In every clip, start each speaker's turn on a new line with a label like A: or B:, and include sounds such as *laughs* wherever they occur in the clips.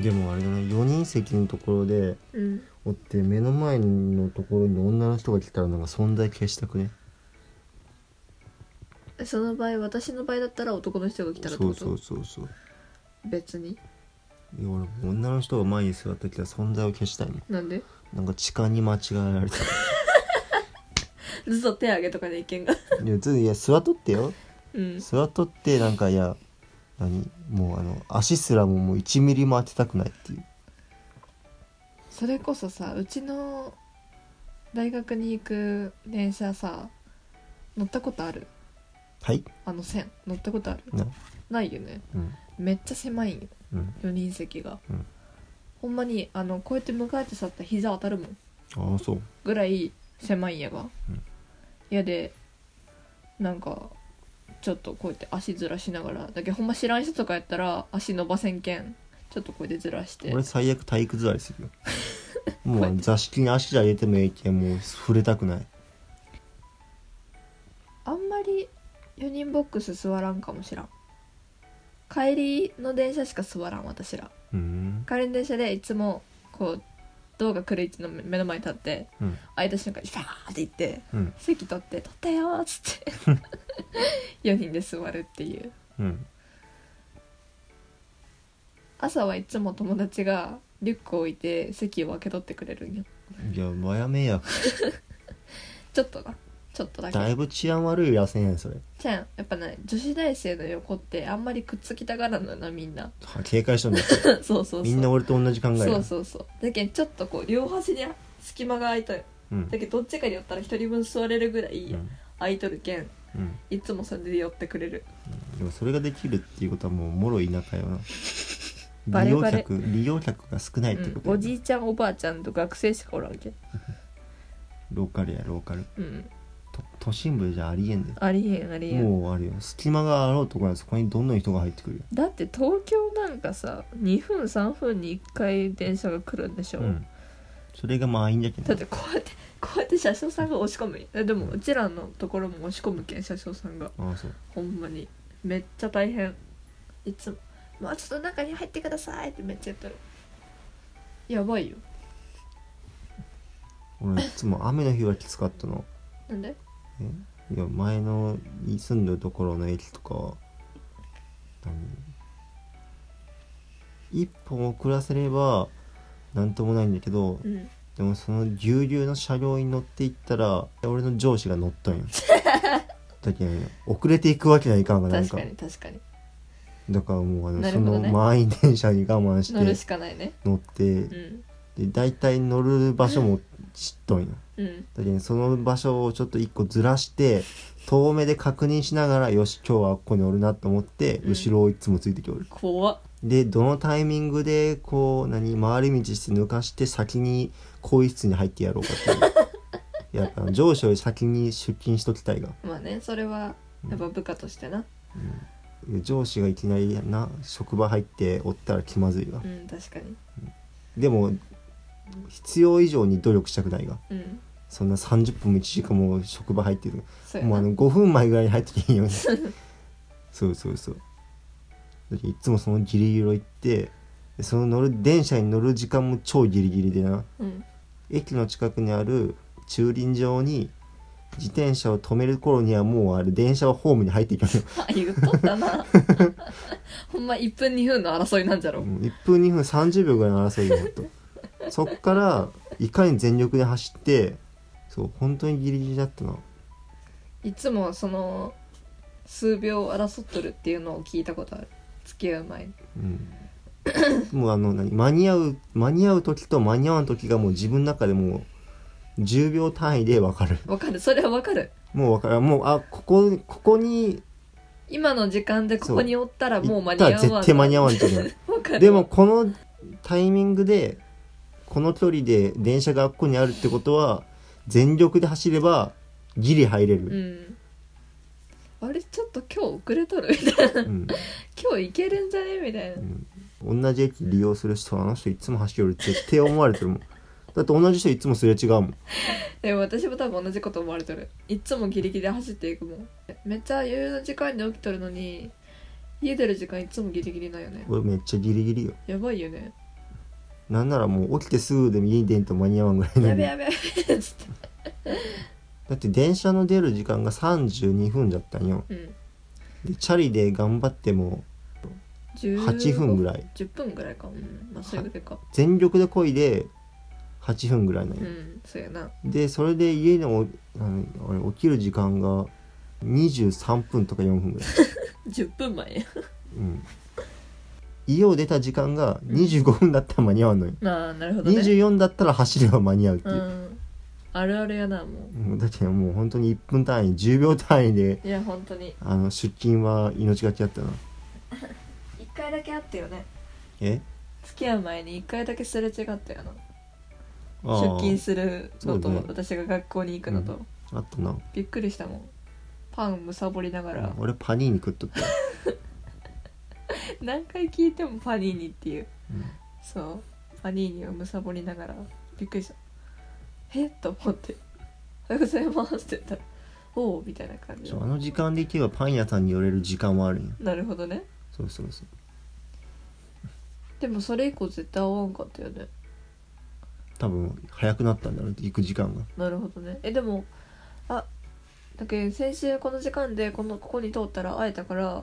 A: でもあれだな4人席のところで
B: うん
A: おって目の前のところに女の人が来たらなんか存在消したくね
B: その場合私の場合だったら男の人が来たらっ
A: そ
B: てこ
A: う
B: と
A: そうそうそう
B: 別
A: い
B: に
A: や俺女の人が前に座った時は存在を消したいもん
B: なんで
A: なんか痴漢に間違えら
B: *laughs*
A: れた
B: ずっと手挙げとかね意見が
A: いやついや座っとってよ
B: うん
A: 座っとってなんかいや何もうあの足すらももう1ミリも当てたくないっていう
B: それこそさうちの大学に行く電車さ乗ったことある
A: はい
B: あの線乗ったことある
A: な
B: ないよね
A: うん
B: めっちゃ狭いんよ
A: うん
B: 4人席が、
A: うん
B: ほんまにあのこうやって向かえて去ったら膝当たるもん
A: ああそう
B: ぐらい狭いんやが、
A: うん
B: やでなんかちょっとこうやって足ずらしながらだけどほんま知らん人とかやったら足伸ばせんけんちょっとこうやってずらして
A: 俺最悪体育座りするよもうあの座敷に足じゃ入れてもええけんもう触れたく
B: *laughs*
A: ない
B: あんまり4人ボックス座らんかもしらん帰りの電車しか座らん私ら
A: うん
B: 帰りの電車でいつもこう胴が来る位置の目の前に立って
A: うん
B: 空いた瞬間にファーって行って
A: うん
B: 席取って取ったよーっつって4人で座るっていう
A: うん
B: 朝はいつも友達がリュックを置いて席を分け取ってくれるんよ
A: いやばやめや
B: ちょっとなちょっとだけ
A: だいぶ治安悪いらせんやんそれ
B: ちゃんやっぱね女子大生の横ってあんまりくっつきたがらんのよなみ
A: *laughs*
B: んな
A: は警戒しとんだよ
B: そうそうそう
A: みんな俺と同じ考えだ
B: そうそうそうだけどちょっとこう両端に隙間が空いとる
A: うん
B: だけどどっちかに寄ったら一人分座れるぐらい
A: うん
B: 空いとるけん
A: うん
B: いつもそれで寄ってくれる
A: でもそれができるっていうことはもうもろ田舎よな
B: バ
A: 利
B: レ
A: 用
B: バレ
A: 客利用客が少ないってこと
B: うん、
A: や
B: お
A: な
B: じいちゃんおばあちゃんと学生しかおらんけん
A: ローカルやローカル
B: うん
A: と都心部じゃありえんで
B: ありえんありえん
A: もうあるよ隙間があろうところそこにどんどん人が入ってくるよ
B: だって東京なんかさ2分3分に1回電車が来るんでしょ、
A: うんそれが満員だけ
B: だ
A: ど
B: ってこうやってこうやって車掌さんが押し込むえでもうちらのところも押し込むけん車掌さんが
A: ああそう
B: ほんまにめっちゃ大変いつも「もうちょっと中に入ってください」ってめっちゃ言っとるやばいよ
A: 俺いつも雨の日はきつかったの
B: なんで
A: えいや前の住んでるところの駅とかは何一本遅らせれば何ともないんだけど
B: うん
A: でもそのぎゅうぎゅうの車両に乗っていったら俺の上司が乗
B: *laughs*
A: ったんよだけどね遅れていくわけにはいかんがなん
B: 確
A: か
B: かに確かに
A: だからもうあの、
B: なる
A: そ
B: ほど
A: の
B: ね
A: 満員電車に我慢し
B: 乗る
A: て
B: しかないね
A: 乗って、
B: うん
A: で大体乗る場所も知っとんよ
B: うん
A: だけどその場所をちょっと一個ずらして遠目で確認しながらよし今日はここにおるなと思って
B: うん
A: 後ろをいつもついてきおる、
B: 怖っ
A: でどのタイミングでこう何回り道して抜かして先に更衣室に入ってやろうかって
B: *laughs*
A: いうやっぱ上司より先に出勤しときたいが
B: まあねそれはやっぱ部下としてな
A: 上司がいきなりな職場入っておったら気まずいが
B: うん確かに
A: でも必要以上に努力したくないが
B: うん
A: そんな30分も1時間も職場入ってる
B: そうや
A: もうあ
B: な
A: の5分前ぐらいに入ってきんよね *laughs* そうそうそうだっていつもそのギリギリを行ってでその乗る電車に乗る時間も超ギリギリでな
B: うん
A: 駅の近くにある駐輪場に自転車を止める頃にはもうあれ電車はホームに入っていかん *laughs* よ
B: あ言っとったな *laughs* ほんま1分2分の争いなんじゃろ
A: うん1分2分30秒ぐらいの争いがほんと *laughs* そっからいかに全力で走ってそう本当にギリギリだったない
B: つもその数秒争っとるっていうのを聞いたことある付き合う前に
A: うんもうあの何間に合う間に合う時と間に合わん時がもう自分の中でもう10秒単位で分かる
B: わかるそれはわかる
A: もう分かるもうあここここに
B: 今の時間でここにおったらも
A: 行
B: う間
A: っ
B: に
A: た
B: 合
A: ら
B: わん
A: 絶対間に合
B: わ
A: わんと思
B: *laughs*
A: う
B: かる
A: でもこのタイミングでこの距離で電車があっこにあるってことは全力で走ればギリ入れ
B: う
A: る、
B: んあれちょっと今日遅れとるみたいな *laughs*
A: うん
B: 今日行けるんじゃねみたいな
A: うん、同じ駅利用する人はあの人いつも走りよるって絶対思われてるもんだって同じ人いつもすれ違うもん
B: でも私も多分同じこと思われとるいつもギリギリで走っていくもんめっちゃ余裕の時間に起きとるのに家出る時間いつもギリギリなんよね
A: 俺めっちゃギリギリよ
B: やばいよね
A: なんならもう起きてすぐでも家に出んと間に合わんぐらい
B: や
A: なん
B: べ
A: で
B: やべや *laughs* べつっ
A: だって電車の出る時間が32分だったんよ
B: てうん
A: でチャリで頑張っても8
B: 8
A: 分ぐ
B: らい
A: らい
B: 10分ぐらいかうんまあそれぐらいか
A: 全力で漕いで8分ぐらいなん
B: う
A: よ、
B: んそうやな
A: でそれで家のおあの俺起きる時間が23分とか4分ぐらい、
B: 10分前 *laughs* や
A: うん、家を出た時間が25分だったら間に合わんのよ、
B: ああなるほどね
A: 24だったら走れば間に合うっていうう、
B: んあるあるやなも
A: うん、だってもう本当に1分単位10秒単位で
B: ういや本当に
A: あの出勤は命がけやったな
B: 1回だけあったよね
A: え
B: 付き合う前に1回だけすれ違ったよな
A: あ
B: 出
A: ー
B: 勤するのと、
A: そうね
B: 私が学校に行くのと、
A: うあったな
B: びっくりしたもんパンむさぼりながら
A: 俺パニーニ食っとったよ
B: 何回聞いてもパニーニっていう、
A: うん
B: そうパニーニをむさぼりながらびっくりしたえっと思って「おはようございます」って言ったら「おお」みたいな感じ
A: そうあの時間で行けばパン屋さんに寄れる時間はあるんよ
B: なるほどね
A: そうそうそう
B: でもそれ以降絶対会わんかったよね
A: 多分早くなったんだろうって行く時間が
B: なるほどねえでもあだけ先週この時間でこのここに通ったら会えたから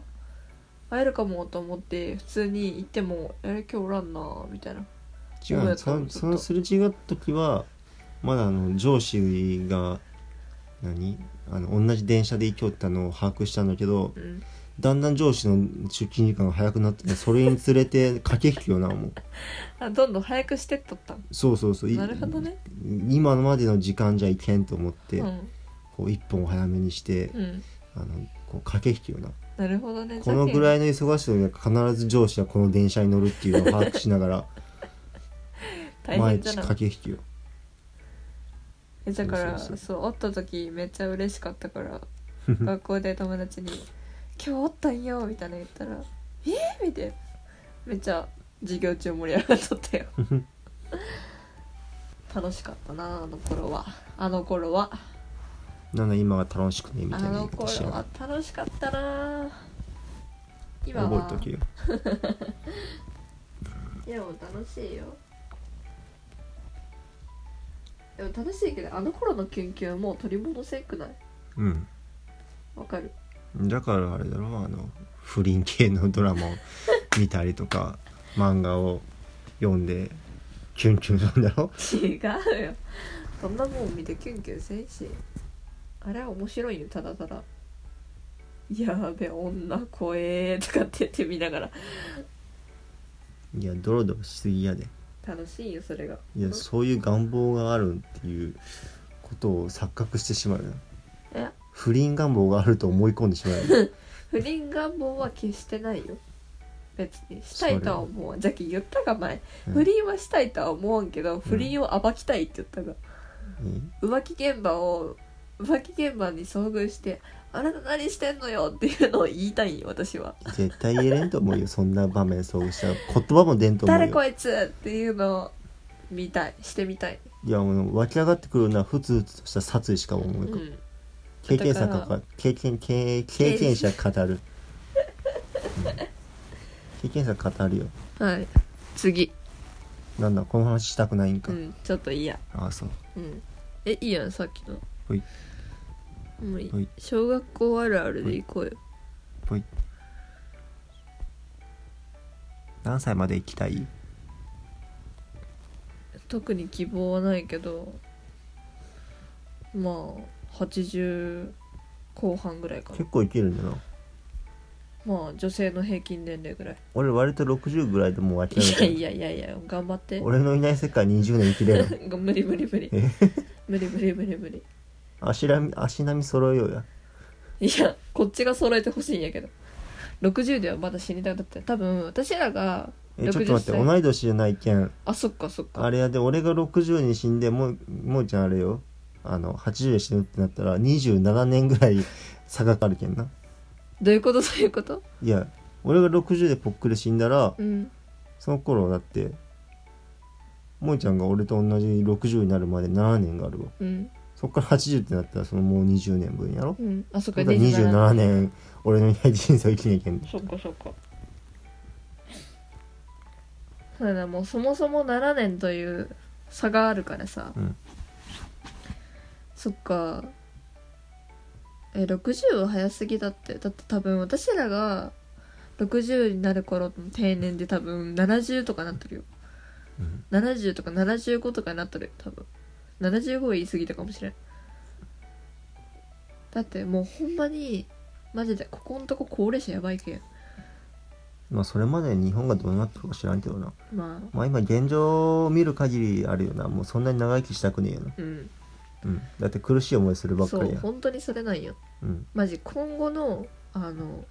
B: 会えるかもと思って普通に行っても「え今日おらんな」みたいな
A: 違
B: そう
A: う
B: や
A: の
B: った
A: そ
B: の
A: の
B: ずっ
A: そ
B: と
A: のすれ違った時はまだあの上司が何あの同じ電車で行きよったのを把握したんだけど
B: うん
A: だんだん上司の出勤時間が早くなってそれにつれて駆け引きよなもう
B: あどんどん早くしてっとったん
A: そうそうそうい
B: なるほどね
A: 今までの時間じゃいけんと思って、
B: うん
A: こう一本早めにして
B: うん
A: あのこう駆け引きよな
B: なるほどね
A: このぐら
B: い
A: いの忙しさで必ず上司はこの電車に乗るっていう
B: *laughs*
A: のを把握しながら
B: 大
A: 毎
B: 変じゃ
A: 日
B: ない
A: 駆け引きよ
B: えだから
A: そ
B: そう
A: そうう
B: 会った時めっちゃ嬉しかったから
A: *laughs*
B: 学校で友達に「今日会ったんよ」みたいな言ったら「えー、みたいなめっちゃ授業中盛り上がっとっ
A: *laughs*
B: たよ楽しかったなあの頃はあの頃は
A: なんだ今が楽しくねみた
B: あ
A: いな言
B: の
A: い方し
B: 頃
A: や
B: は
A: が
B: 楽しかったなあ今
A: 覚え
B: は
A: とけよ
B: でも楽しいよでも楽しいけどあの頃のキュンキュンはもう取り戻せんくない
A: うん
B: わかる
A: だからあれだろあの不倫系のドラマを見たりとか漫画を読んでキュンキュンなんだろ
B: 違うよそんなもん見てキュンキュンせんしあれは面白いよただただ「やべ女怖え」とかって言って見ながら
A: いやドロドロしすぎやで
B: 楽しいよそれが
A: いやそういう願望があるっていうことを錯覚してしまうよ
B: え
A: 不倫願望があると思い込んでしまう
B: *laughs*
A: よ
B: 不倫願望は決してないよ別にしたいとは思わんじゃき言ったが前、
A: うん
B: 不倫はしたいとは思わんけど不倫を暴きたいって言った
A: う
B: が、
A: ん
B: 浮気現場を浮気現場に遭遇して「あなた何してんのよ」っていうのを言いたいんよ私は
A: 絶対言えれんと思うよそんな場面そうしたら言葉も出ん
B: 「
A: と思う
B: 誰
A: よ
B: こいつ!」っていうのを見たいしてみたい、
A: いやもう湧き上がってくるのはふつふつとした殺意しか思
B: う
A: い浮かぶ
B: ん、
A: 経験者か
B: だか
A: 経験経経験者語る、うん経験者語るよ
B: はい次
A: なんだこの話したくないんか、
B: うんちょっと嫌
A: ああそう
B: うんえいいやんさっきの
A: ほい
B: もういい
A: ほい
B: 小学校あるあるで行こうよ
A: ぽい何歳まで行きたい
B: 特に希望はないけどまあ80後半ぐらいか
A: 結
B: な
A: 構いけるんだな
B: まあ女性の平均年齢ぐらい
A: 俺割と60ぐらいでもう諦
B: い
A: め
B: や
A: た
B: いやいやいや頑張って
A: 俺のいない世界20年生きれよ
B: *laughs* 無理無理無理
A: え
B: 無理無理無理無理
A: 足並み足並み揃えようや
B: いやこっちが揃えてほしいんやけど60ではまだ死にたかった多分私らが
A: えちょっと待って
B: 60歳
A: 同い年じゃないけん
B: あそっかそっか
A: あれやで俺が60に死んでもうもうちゃんあれよあの80で死ぬってなったら27年ぐらい差がかかるけんな
B: どういうことどういうこと
A: いや俺が60でぽっくり死んだら
B: うん
A: その頃だってもうちゃんが俺と同じ60になるまで7年があるわ
B: うん
A: そっから80ってなったらそのもう20年分やろ
B: うんあそっか
A: だから27年俺のいない人生を生きねえけん
B: そっかそっかそうだなもうそもそも7年という差があるからさ、
A: うん
B: そっかえ60は早すぎだってだって多分私らが60になる頃の定年で多分70とかなってるよ
A: うん
B: 70とか75とかになってるよ多分75は言い過ぎたかもしれんだってもうほんまにマジでここんとこ高齢者やばいけん
A: まあそれまで日本がどうなってるか知らんけどな
B: まあ
A: まあ今現状を見る限りあるよなもうそんなに長生きしたくねえよな、
B: うん
A: うん、だって苦しい思いするばっか
B: そ
A: り
B: う
A: や
B: 本当にそれなんよ
A: うん
B: マジ今後のあの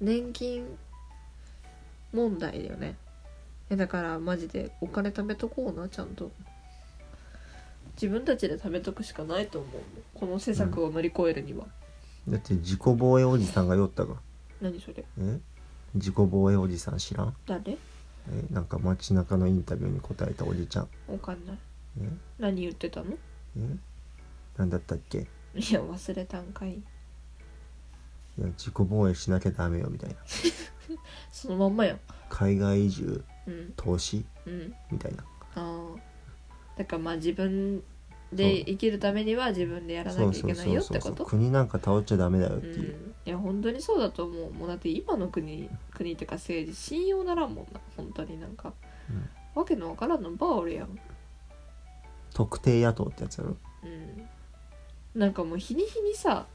B: 年金問題だよねえだからマジでお金貯めとこうなちゃんと自分たちで貯めとくしかないと思うこの施策を乗り越えるには、
A: だって自己防衛おじさんが酔ったが
B: 何それ
A: え自己防衛おじさん知らん
B: 誰
A: えなんか街中のインタビューに答えたおじちゃん
B: わかんない
A: え
B: 何言って
A: *laughs*
B: たの
A: えなんだったっけい
B: いや忘れたんかい
A: や自己防衛しなきゃダメよみたいな
B: そのまんまやん
A: 海外移住
B: うん
A: 投資
B: うん
A: みたいな
B: ああだからまあ自分で生きるためには自分でやらなきゃいけないよってこと
A: 国なんか倒っちゃダメだよって
B: う
A: いう、
B: ん、いや本当にそうだと思うもうだって今の国国っていうか政治信用ならんもんな本当になんか、
A: うん
B: わけのわからんのばあおるやん、
A: 特定野党ってやつやろ
B: うん、なんかもう日に日にさ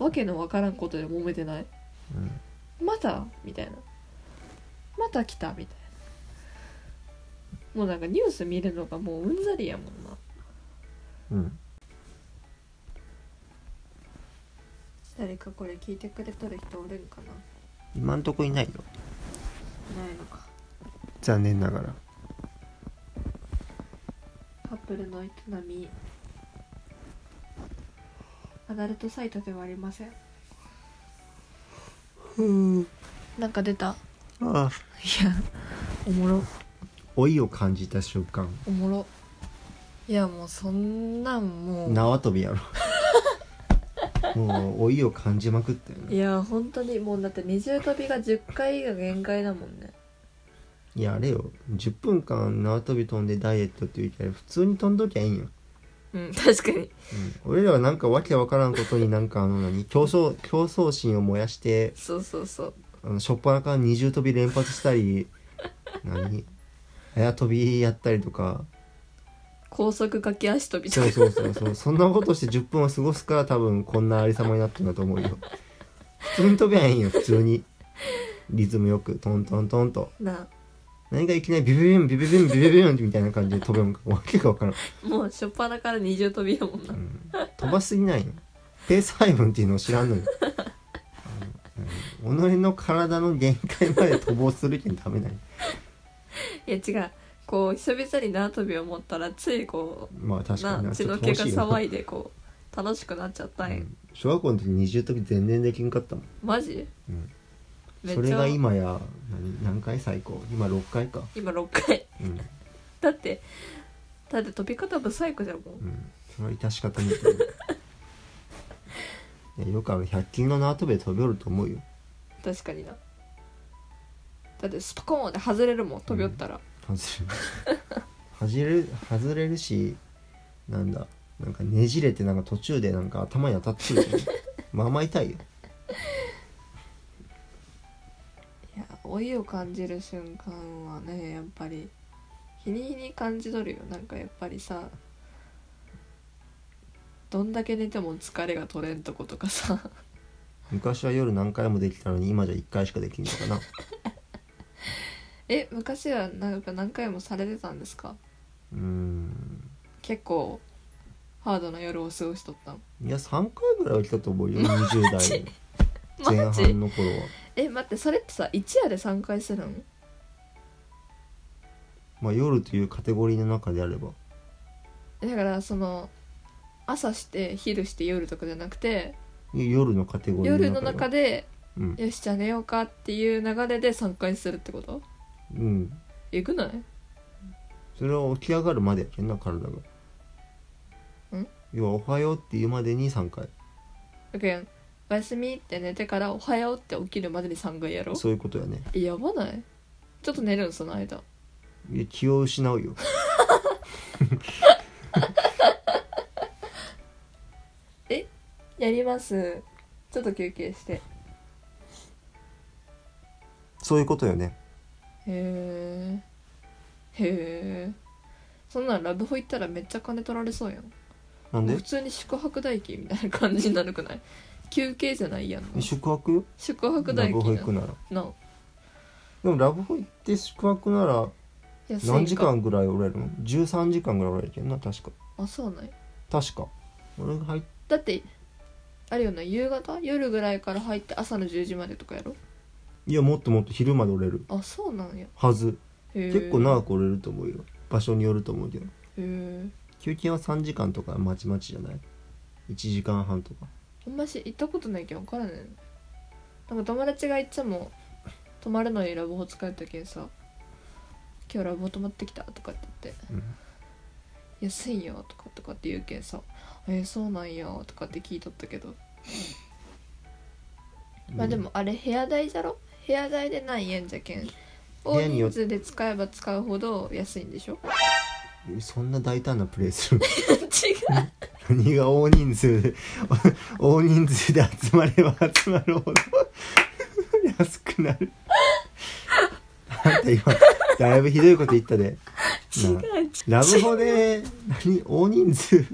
B: わけのわからんことで揉めてない
A: うん
B: またみたいなまた来たみたいなもうなんかニュース見るのがもううんざりやもんな
A: うん
B: 誰かこれ聞いてくれとる人おるんかな
A: 今んとこいないよ
B: ないのか
A: 残念ながら
B: カップルの営みアダルトサイトではありません
A: うん
B: なんか出た
A: ああ
B: いやおもろ
A: 老いを感じた瞬間
B: おもろいやもうそんなんもう
A: 縄跳びやろもう老いを感じまくったよ
B: い
A: ね
B: や本当にもうだって二重跳びが10回が限界だもんね
A: いやあれよ10分間縄跳び飛んでダイエットって言うけど普通に飛んどきゃいいんよ、
B: うん確かに
A: うん、俺らはなんかわけわからんことになんかあの何競争競争心を燃やして
B: そうそうそう
A: あのしょっぱなから二重跳び連発したり何早跳びやったりとか
B: 高速駆け足跳び
A: そ
B: と
A: う
B: か
A: そうそうそうそんなことして10分を過ごすから多分こんなありさまになってるんだと思うよ普通に飛びゃいいんよ普通にリズムよくトントントンと
B: な
A: 何かいきなりビビビンビビビンビビビンみたいな感じで飛ぶのかわけが分からん、
B: もうしょっぱなから二重跳びやもんな
A: うん、飛ばすぎないよペース配分っていうのを知らんのよあのうん己の体の限界まで飛ぼうするけんダメだよ
B: いや違うこう久々に縄跳びを持ったらついこ
A: まあ
B: う
A: 確かに
B: な
A: な
B: 血の
A: ちょ
B: 気
A: っと
B: が
A: 楽しいよな
B: 騒いでこう楽しくなっちゃったんや、
A: うん小学校の時二重跳び全然できんかったもん、
B: マジ
A: うん
B: めっち
A: それ
B: ゃ
A: が今や何何回最高今6回か
B: 今6回 *laughs*
A: うん
B: だってだって飛び方ブサイクじゃんも
A: うんそれは致し方ない
B: *laughs*
A: と思ういやよくあの100均の縄跳びで飛び降ると思うよ
B: う確かになだってスパコーンって外れるもん飛び寄ったら、
A: 外れる *laughs* 外れる外れるしなんだなんかねじれてなんか途中でなんか頭に当たってくるよねまあまあ痛いよ
B: いや老いを感じる瞬間はねやっぱり日に日に感じとるよなんかやっぱりさどんだけ寝ても疲れが取れんとことかさ *laughs*
A: 昔は夜何回もできたのに今じゃ1回しかできんのかな
B: え昔はなんか何回もされてたんですか
A: うーん
B: 結構ハードな夜を過ごしとったの
A: いや3回ぐらいは来たと思う
B: *laughs*
A: よ20代前
B: マジ
A: 半の頃は
B: え待ってそれってさ一夜で3回するの
A: まあ夜というカテゴリーの中であれば
B: だからその朝して昼して夜とかじゃなくて
A: いや夜のカテゴリー
B: 夜の中
A: で
B: で
A: うん、
B: よしじゃあ寝ようかっていう流れで3回するってこと
A: うん、
B: えぐない
A: それは起き上がるまでやけんな体が
B: ん
A: 要は「おはよう」って言うまでに3回
B: だけんおやすみって寝てからおはようって起きるまでに3回やろ
A: そういうことやね
B: えやばないちょっと寝るんその間
A: いや気を失うよ
B: やりますちょっと休憩してへ
A: そういうことよね
B: えへえそんなんラブホ行ったらめっちゃ金取られそうやん
A: なんで
B: 普通に宿泊代金みたいな感じになるくない *laughs* 休憩じゃないやん
A: え宿泊よ
B: 宿泊
A: ラ
B: 代
A: ブホ
B: 金
A: 行くなら
B: なの
A: でもラブホ行って宿泊なら
B: 安いんか
A: 何時間ぐらいおられるの13時間ぐらいおられるな確か
B: あそうなんや
A: 確か俺が入っ
B: だってあれよな夕方夜ぐらいから入って朝の10時までとかやろ
A: いやもっともっと昼までおれる
B: あそうなんや
A: はず
B: へえ
A: 結構長くおれると思うよ場所によると思うけど
B: へえ
A: 休憩は3時間とかまちまちじゃない1時間半とか
B: あんまし行ったことないけど分からないのなんか友達がいつも泊まるのにラブホ使うたけんさ「今日ラブホ泊まってきた」とかって言って
A: うん
B: 「安いよ」とかとかって言うけんさ「えーそうなんや」とかって聞いとったけどまあでもあれ部屋代じゃろ部屋代で何円じゃけん
A: 部
B: 大
A: 屋によっ
B: 人数で使えば使うほど安いんでしょ
A: うんそんな大胆なプレイする
B: *laughs* 違う
A: 何が大人数 *laughs* でお大人数で集まれば集まるほど *laughs* 安くなるあんた今だいぶひどいこと言ったで
B: 違う
A: なラブホで何大人数集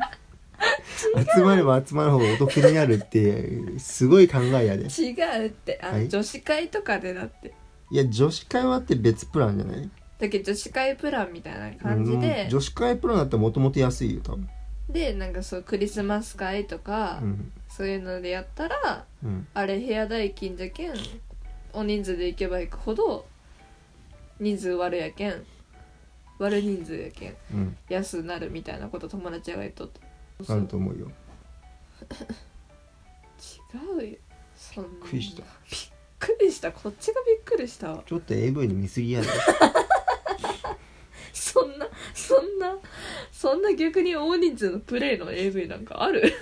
A: まれば集まるほどお得になるってすごい考えやで
B: 違うってあの、
A: はい
B: 女子会とかでだって
A: いや女子会はあって別プランじゃない
B: だけど女子会プランみたいな感じで
A: うん、女子会プランだったらもともと安いよ多分
B: でなんかそうクリスマス会とか、
A: うん
B: そういうのでやったら
A: うん
B: あれ部屋代金じゃけんお人数で行けば行くほど人数割るやけん割る人数やけん
A: うん
B: 安なるみたいなこと友達が言っとって
A: あると思うよ
B: 違うよそんなび
A: びっくりした
B: っくりしたこっちがびっくりしたわ
A: ちょっと AV の見過ぎやで
B: そんなそんなそんな逆に大人数のプレイの AV なんかある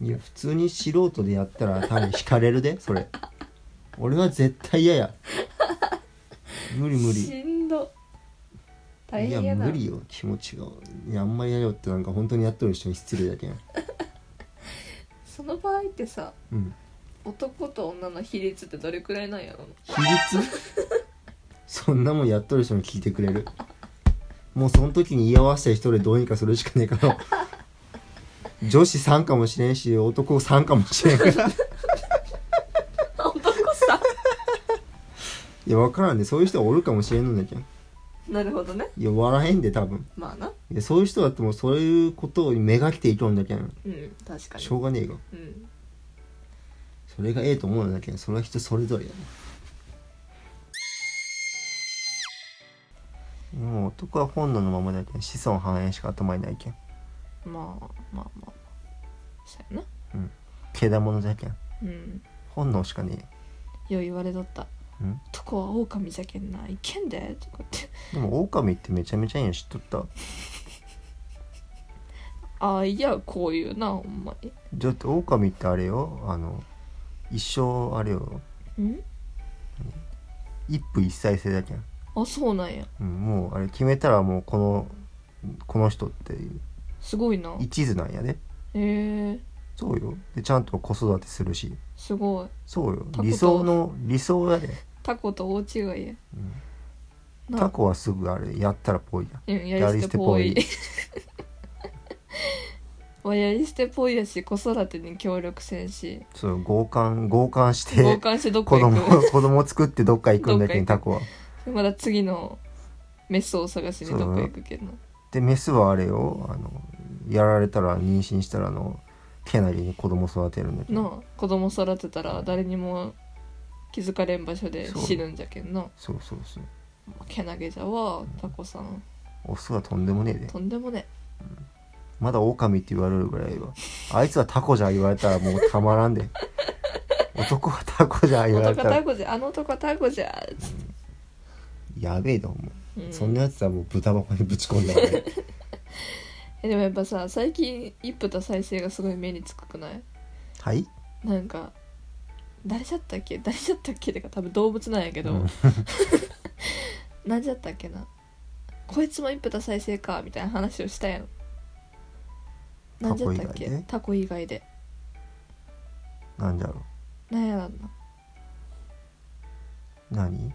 A: いや普通に素人でやったら多分惹かれるでそれ俺は絶対嫌や無理無理
B: しんど大
A: いや
B: 変やな
A: 無理よ気持ちがいやあんまりやよってなんか本当にやっとる人に失礼だけん
B: その場合ってさ
A: うん
B: 男と女の比率ってどれくらいなんやろ
A: 比率 *laughs* そんなもんやっとる人に聞いてくれるもうその時に居合わせた人でどうにかするしかねえ *laughs* から女子3かもしれんし男3かもしれんからい
B: 男さ
A: や分からんで、そういう人はおるかもしれんのだけん
B: なるほどね
A: いや笑えんで多分
B: まあない
A: やそういう人だってもうそういうことに目がけていとんだけん
B: うん確かに
A: しょうがねえが
B: うん
A: それがええと思うんだけんそれは人それぞれやねもう男は本能のままだけん子孫繁栄しか頭にないけん
B: まあまあまあそうやな
A: けだものじゃけん
B: うん
A: 本能しかねえよ
B: よう言われとった
A: うん
B: 「とこは狼じゃけんないけんで」とかって
A: でも狼ってめちゃめちゃいいの知っとった
B: 「ああいやこういうなほんまに
A: だって狼ってあれよあの一生あれよ」
B: うん
A: 一夫一妻制だけん、
B: あそうなんや
A: うん、もうあれ決めたらもうこのこの人っていう
B: すごいな
A: 一途なんやね
B: へえ
A: そうよでちゃんと子育てするし
B: すごい
A: そうよ
B: タコと
A: 理想の理想やで、
B: タコと大違いや、な
A: タコはすぐあれやったらぽいやん
B: うんやり捨てぽい
A: やり
B: *laughs* まあやり捨てぽいやし子育てに協力せんし
A: そう強姦強姦し
B: 傍
A: て
B: 観してどこ
A: 子
B: 行
A: 供 *laughs*
B: く
A: 子供作ってどっか行くんだけど
B: ど
A: タコは
B: まだ次のメスを探しにどっか行くけど
A: でメスはあれよあのやられたら妊娠したらあのけなりに子供育てるんだけど
B: なあ子供育てたら誰にも気づかれん場所で死ぬんじゃけんな
A: そうそうそう
B: けなげじゃわタコさん
A: オスはとんでもねえで
B: とんでもね
A: まだ狼って言われるぐらいはあいつはタコじゃ言われたらもうたまら *laughs* んで男はタコじゃ
B: え
A: 言われ
B: 男
A: た
B: タ
A: ら
B: コじゃあの男タコじゃつっ
A: やべえと思う
B: てうん
A: そんなやつはもう豚箱にぶち込んだから *laughs* ね
B: えでもやっぱさ最近一夫多妻制がすごい目につくくない
A: はい
B: なんか誰じゃったっけ誰じゃったっけってか多分動物なんやけど、
A: うん
B: なんじゃったっけなこいつも一夫多妻制かみたいな話をしたやんなんじゃったっけタコ以外で
A: なんじゃろ
B: なんやらんな
A: う何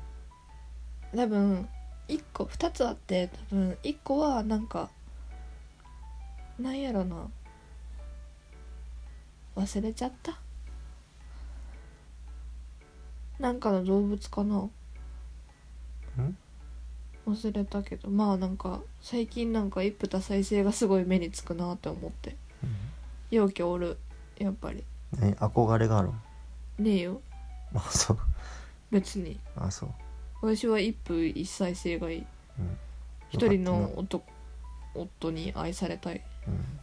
B: 多分1個2つあって多分1個はなんかなんやろな忘れちゃったなんかの動物かなん忘れたけどまあなんか最近なんか一夫多妻制がすごい目につくなって思って陽気おるやっぱり
A: 何憧れがある *laughs*
B: ねえよ
A: あそう
B: 別に
A: あそう
B: 私は一夫一妻制がいい一人の男夫に愛されたい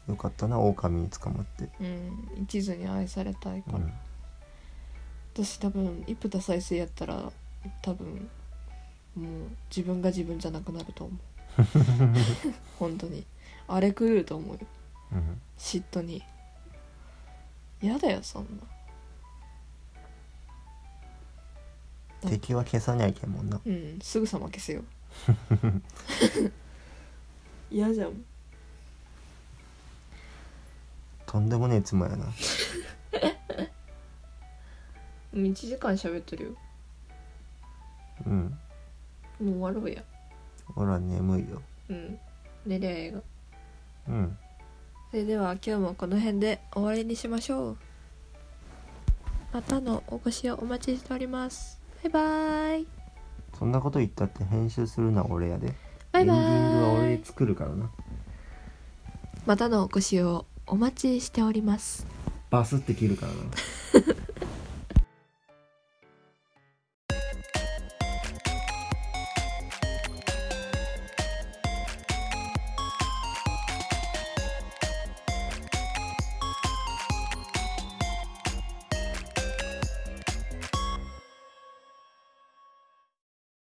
A: うんよかったな狼に捕まって、
B: うん一途に愛されたいか
A: う
B: ら、
A: ん、
B: 私多分一夫多妻制やったら多分もう自分が自分じゃなくな
A: *laughs*
B: ると思う本当に荒れ狂うと思うよ
A: うん、
B: 嫉妬に嫌だよそんな
A: 敵は消さにゃいけんもんな
B: うんすぐさま消すよ
A: *laughs*
B: *laughs* 嫌じゃん
A: とんでもねえ妻やな
B: 1時間喋ってるよ
A: うん
B: もう終わろうや
A: ほら眠いよ
B: うん寝りゃええが
A: うん
B: それでは今日もこの辺で終わりにしましょうまたのお越しをお待ちしておりますバイバーイ
A: そんなこと言ったって編集するのは俺やで
B: バイバ
A: エンディングは俺
B: ーイ
A: で作るからな
B: またのお越しをお待ちしております
A: バスって切るからな